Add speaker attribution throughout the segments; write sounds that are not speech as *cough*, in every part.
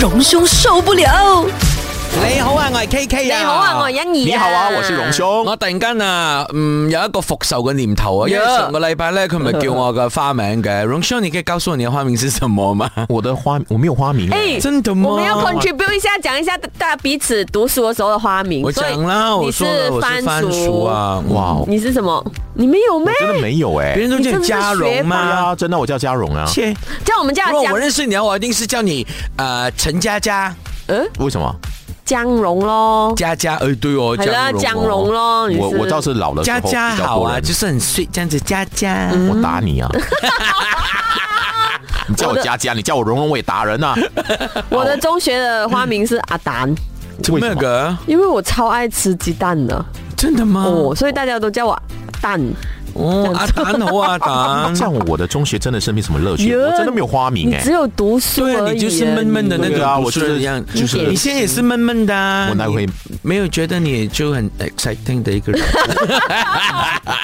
Speaker 1: 荣兄受不了。
Speaker 2: 你好啊，我系 K K 啊。
Speaker 3: 你好啊我係欣怡啊
Speaker 2: 你好啊，我是荣兄。
Speaker 4: 我突然間啊，嗯，有一個復仇嘅念頭啊，因為
Speaker 3: Yeah
Speaker 4: 上個禮拜咧，佢咪叫我嘅花名
Speaker 3: *laughs*
Speaker 4: 嘅 r o n s h o n 你可以告訴我你嘅花名是什麼嗎？
Speaker 2: 我的花，我没有花名。
Speaker 3: 哎
Speaker 4: 真的吗
Speaker 3: 我们要 contribute 一下，讲一下大家彼此读书的时候的花名。
Speaker 4: 我
Speaker 3: 所以
Speaker 4: 講啦，我
Speaker 3: 你
Speaker 4: 說了
Speaker 3: 是
Speaker 4: 我是番薯
Speaker 3: 薯，
Speaker 4: 啊，哇，
Speaker 2: 哇，
Speaker 3: 你是什么？你没有咩？
Speaker 2: 真的没有哎
Speaker 4: 別。人都叫你嘉榮
Speaker 2: 对
Speaker 4: 嘛。
Speaker 2: 啊，真的我叫嘉荣啊。
Speaker 4: 切，
Speaker 3: 叫我们叫
Speaker 4: 如果
Speaker 3: 姜
Speaker 4: 我認識你，啊我一定是叫你呃陳佳佳
Speaker 2: 为什么？
Speaker 3: 姜蓉咯，
Speaker 4: 佳佳，哎对哦，
Speaker 3: 系啦，姜
Speaker 4: 江
Speaker 3: 蓉
Speaker 4: 咯，
Speaker 3: 咯。你
Speaker 2: 我我倒是老了之
Speaker 4: 佳
Speaker 2: 后
Speaker 4: 佳
Speaker 2: 比较
Speaker 4: 好
Speaker 2: 多
Speaker 4: 啊，
Speaker 2: 人
Speaker 4: 就是很 sweet 這樣子，佳佳。
Speaker 2: 我打
Speaker 3: *laughs*
Speaker 2: 你啊！你叫我佳佳，你叫我蓉蓉，我也打人呐、啊。
Speaker 3: 我的中学的花名是阿蛋，
Speaker 2: 为
Speaker 4: 咩
Speaker 2: 什么？
Speaker 4: 嘅？
Speaker 3: 因为我超爱吃鸡蛋的
Speaker 4: 真的嗎？
Speaker 3: 哦，所以大家都叫我蛋。
Speaker 4: 哦，阿蛋好啊，阿蛋。
Speaker 2: 像我的中学真的是没什么乐趣，
Speaker 3: 耶
Speaker 2: 我真的没有花名
Speaker 3: 嗯你
Speaker 2: 哎、
Speaker 3: 只有读书
Speaker 4: 对啊，
Speaker 3: 而已
Speaker 4: 你就是闷闷的那
Speaker 2: 对
Speaker 4: 种
Speaker 2: 啊
Speaker 4: 读
Speaker 2: 我
Speaker 4: 书
Speaker 2: 就是
Speaker 4: 的样子，
Speaker 3: 就是
Speaker 4: 你现在也是闷闷的、啊，
Speaker 2: 我哪
Speaker 4: 你
Speaker 2: 会
Speaker 4: 没有觉得你就很 exciting 的一
Speaker 2: *laughs*
Speaker 4: 个人？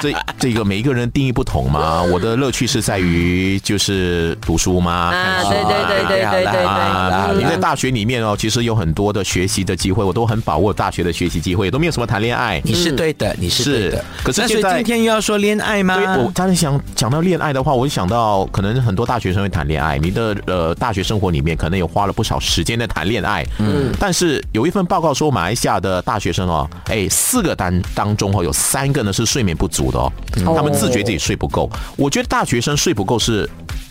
Speaker 2: 这这个每一个人定义不同嘛。我的乐趣是在于就是读书嘛，
Speaker 3: 啊
Speaker 2: 看书
Speaker 3: 对
Speaker 2: 嘛
Speaker 3: 对对对对对对
Speaker 2: 啊，
Speaker 3: 嗯
Speaker 2: 你在大学里面哦，其实有很多的学习的机会，我都很把握大学的学习机会，都没有什么谈恋爱。
Speaker 4: 你是对的，你是对的。
Speaker 2: 可是
Speaker 4: 那所以
Speaker 2: 现在
Speaker 4: 今天又要说恋爱吗？
Speaker 2: 对，我当然想讲到恋爱的话，我就想到可能很多大学生会谈恋爱，你的呃大学生活里面可能有花了不少时间在谈恋爱，嗯，但是有一份报告说，马来西亚的大学生哦，哎，四个当当中哦，有三个呢是睡眠不足的哦，他们自觉自己睡不够。我觉得大学生睡不够是。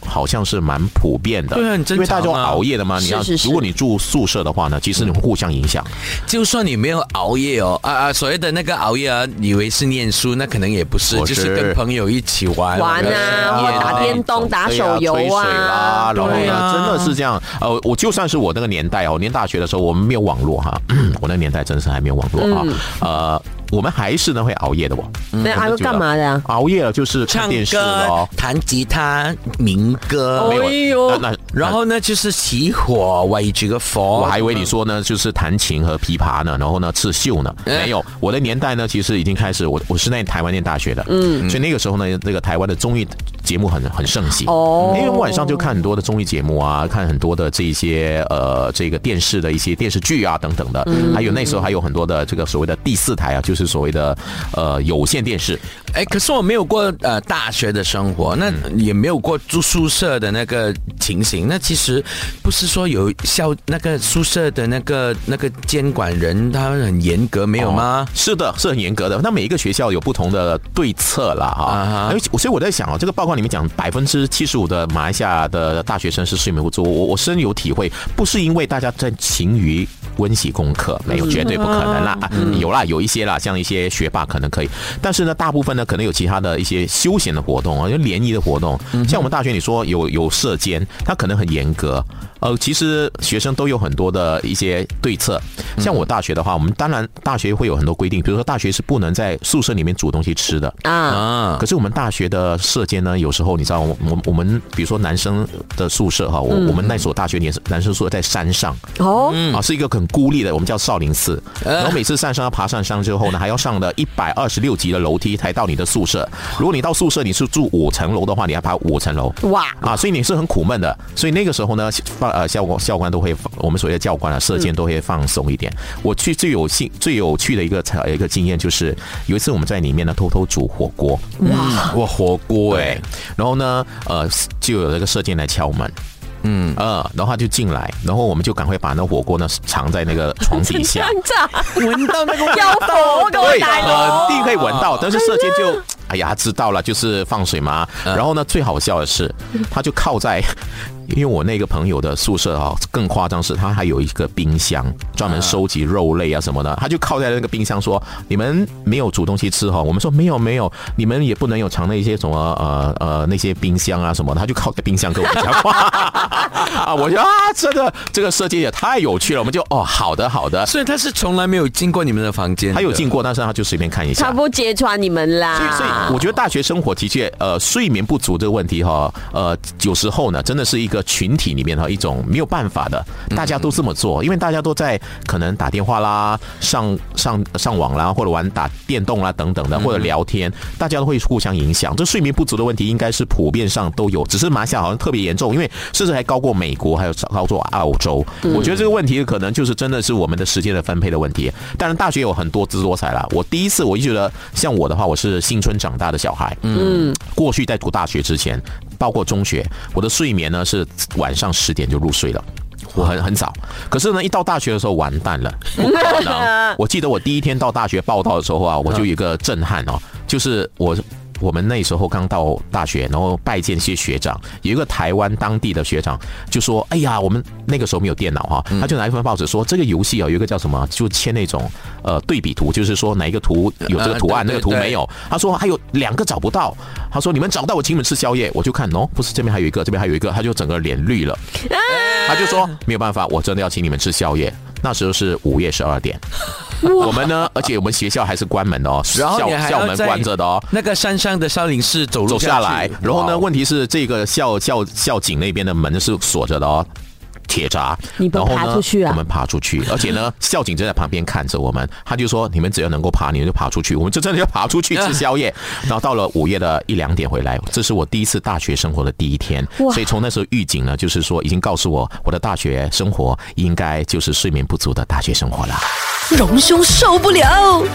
Speaker 2: 好像是蛮普遍的，
Speaker 4: 对很正常啊
Speaker 2: 因为大家都熬夜的嘛。你要
Speaker 3: 是是是
Speaker 2: 如果你住宿舍的话呢，其实你会互相影响。
Speaker 4: 就算你没有熬夜哦，啊啊，所谓的那个熬夜啊，以为是念书，那可能也不是，
Speaker 2: 不
Speaker 4: 就是是跟朋友一起玩
Speaker 3: 玩啊，或
Speaker 4: 聊天
Speaker 3: 者打电动、打手游
Speaker 2: 哎对吹水啦
Speaker 3: 啊，
Speaker 2: 然后
Speaker 4: 对
Speaker 2: 呢，
Speaker 4: 啊
Speaker 2: 真的是这样。呃，我就算是我那个年代哦，我念大学的时候，我们没有网络哈， *clears throat* 我那个年代真是还没有网络啊。呃，我们还是呢会熬夜的哦，
Speaker 3: 嗯那还会干嘛的啊？
Speaker 2: 熬夜了就是看
Speaker 4: 唱
Speaker 2: 电视
Speaker 4: 歌
Speaker 2: 咯。、
Speaker 4: 弹吉他、民歌，
Speaker 3: 哦
Speaker 2: 没有
Speaker 3: 哎呦
Speaker 2: 那那
Speaker 4: 然后呢就是起火围住个火。
Speaker 2: 我还以为你说
Speaker 3: 嗯
Speaker 2: 呢，就是弹琴和琵琶呢，然后呢刺绣呢，
Speaker 4: 嗯
Speaker 2: 没有。我的年代呢，其实已经开始，我我是在台湾念大学的，嗯，所以那个时候呢，那个台湾的综艺节目很很盛行，
Speaker 3: 哦
Speaker 2: 因为我晚上就看很多的综艺节目啊，看很多的这一些呃这个电视的一些电视剧啊等等的，还有那时候还有很多的这个所谓的第四台啊，就是所谓的呃有线电视，
Speaker 4: 哎，可是我没有过呃大学的生活，
Speaker 2: 嗯
Speaker 4: 那也没有过住宿舍的那个情形。那其实不是说有校那个宿舍的那个那个监管人他很严格，没有吗
Speaker 2: 哦？是的，是很严格的。那每一个学校有不同的对策啦，哈、
Speaker 4: 啊哈
Speaker 2: 而且所以我在想啊，这个报告里面讲百分之七十五的马来西亚的大学生是睡眠不足，我我深有体会，不是因为大家在勤于温习功课，没
Speaker 4: 嗯
Speaker 2: 有，绝对不可能啦。啊有啦，有一些啦，像一些学霸可能可以，但是呢，大部分呢可能有其他的一些休闲的活动啊，就联谊的活动，
Speaker 4: 嗯
Speaker 2: 像我们大学你说有有社监，它可能很严格。呃，其实学生都有很多的一些对策。
Speaker 4: 嗯
Speaker 2: 像我大学的话，我们当然大学会有很多规定，比如说大学是不能在宿舍里面煮东西吃的。
Speaker 3: 啊，
Speaker 4: 啊
Speaker 2: 可，是我们大学的舍监呢，有时候你知道，我我我们比如说男生的宿舍哈，我我们那所大学也是男生宿舍在山上
Speaker 3: 哦，
Speaker 2: 啊，是一个很孤立的，我们叫少林寺。
Speaker 4: 呃
Speaker 2: 然后每次上山要爬上山之后呢，还要上的一百二十六级的楼梯才到你的宿舍。如果你到宿舍你是住五层楼的话，你要爬五层楼。
Speaker 3: 哇，
Speaker 2: 啊，所以你是很苦闷的。所以那个时候呢，放呃教官教官都会放，我们所谓的教官啊，射箭都会放松一点。我去最有兴最有趣的一个呃一个经验就是，有一次我们在里面呢偷偷煮火锅，哇哇火锅哎、然后呢呃就有那个射箭来敲门。嗯呃，然后他就进来，然后我们就赶快把那火锅呢藏在那个床底
Speaker 3: 这
Speaker 2: *laughs* 下
Speaker 3: 样，子啊，
Speaker 4: 闻到那个
Speaker 3: 有火给我
Speaker 2: 对，啊
Speaker 3: 大
Speaker 2: 肯定
Speaker 3: 佬，
Speaker 2: 可以闻到，但是射箭就。哎呀，知道了，就是放水嘛。然后呢，最好笑的是，他就靠在， *laughs* 因为我那个朋友的宿舍啊、更夸张是，他还有一个冰箱，专门收集肉类啊什么的。他就靠在那个冰箱说：“你们没有煮东西吃哈、我们说：“没有，没有，你们也不能有藏那些什么呃呃那些冰箱啊什么的。”他就靠在冰箱跟我们讲话啊，我就啊，这个这个设计也太有趣了，我们就哦，好的好的。
Speaker 4: 所以他是从来没有进过你们的房间的，
Speaker 2: 他有进过，但是他就随便看一下
Speaker 3: 他。不揭穿你们啦。
Speaker 2: 所以，所以我觉得大学生活的确，呃，睡眠不足这个问题哈、呃，有时候呢，真的是一个群体里面哈一种没有办法的，大家都这么做，因为大家都在可能打电话啦、上上上网啦，或者玩打电动啦等等的，或者聊天，大家都会互相影响。这睡眠不足的问题应该是普遍上都有，只是马来西亚好像特别严重，因为甚至还高过美国，还有高过澳洲。我觉得这个问题可能就是真的是我们的时间的分配的问题。当然，大学有很多姿多彩啦。我第一次我就觉得，像我的话，我是新春长大的小孩，嗯，过去在读大学之前，包括中学，我的睡眠呢是晚上十点就入睡了。我很很早，可是呢，一到大学的时候完蛋了，不
Speaker 3: *laughs*
Speaker 2: 可能。我记得我第一天到大学报道的时候
Speaker 4: 嗯
Speaker 2: 啊，我就有一个震撼哦，就是我我们那时候刚到大学，然后拜见一些学长，有一个台湾当地的学长就说：“哎呀，我们那个时候没有电脑哈、
Speaker 4: 嗯
Speaker 2: 他就拿一份报纸说这个游戏啊，有一个叫什么，就签那种呃对比图，就是说哪一个图有这个图案，
Speaker 4: 呃对
Speaker 2: 那个图
Speaker 4: 对
Speaker 2: 没有。他说还有两个找不到，他说你们找到我请你们吃宵夜，我就看哦，不是这边还有一个，这边还有一个，他就整个脸绿了。他就说没有办法，我真的要请你们吃宵夜。那时候是午夜十二点，我们呢，而且我们学校还是关门的哦，
Speaker 4: 然后
Speaker 2: 校
Speaker 4: 你还
Speaker 2: 校
Speaker 4: 要
Speaker 2: 门
Speaker 4: 在
Speaker 2: 关着的哦。
Speaker 4: 那个山上的少林寺走路
Speaker 2: 走下来
Speaker 4: 去，
Speaker 2: 然后呢，
Speaker 4: 哇
Speaker 2: 问题是这个校校校警那边的门是锁着的哦。铁闸，
Speaker 1: 你们
Speaker 2: 然后
Speaker 1: 爬
Speaker 2: 呢
Speaker 1: 出去啊
Speaker 2: 我们爬出去，而且呢， *laughs* 校警就在旁边看着我们，他就说：“你们只要能够爬，你们就爬出去。我们就真的要爬出去 *laughs* 吃宵夜。”然后到了午夜的一两点回来，这是我第一次大学生活的第一天，
Speaker 1: 哇
Speaker 2: 所以从那时候预警呢，就是说已经告诉我，我的大学生活应该就是睡眠不足的大学生活了。
Speaker 1: 荣兄受不了。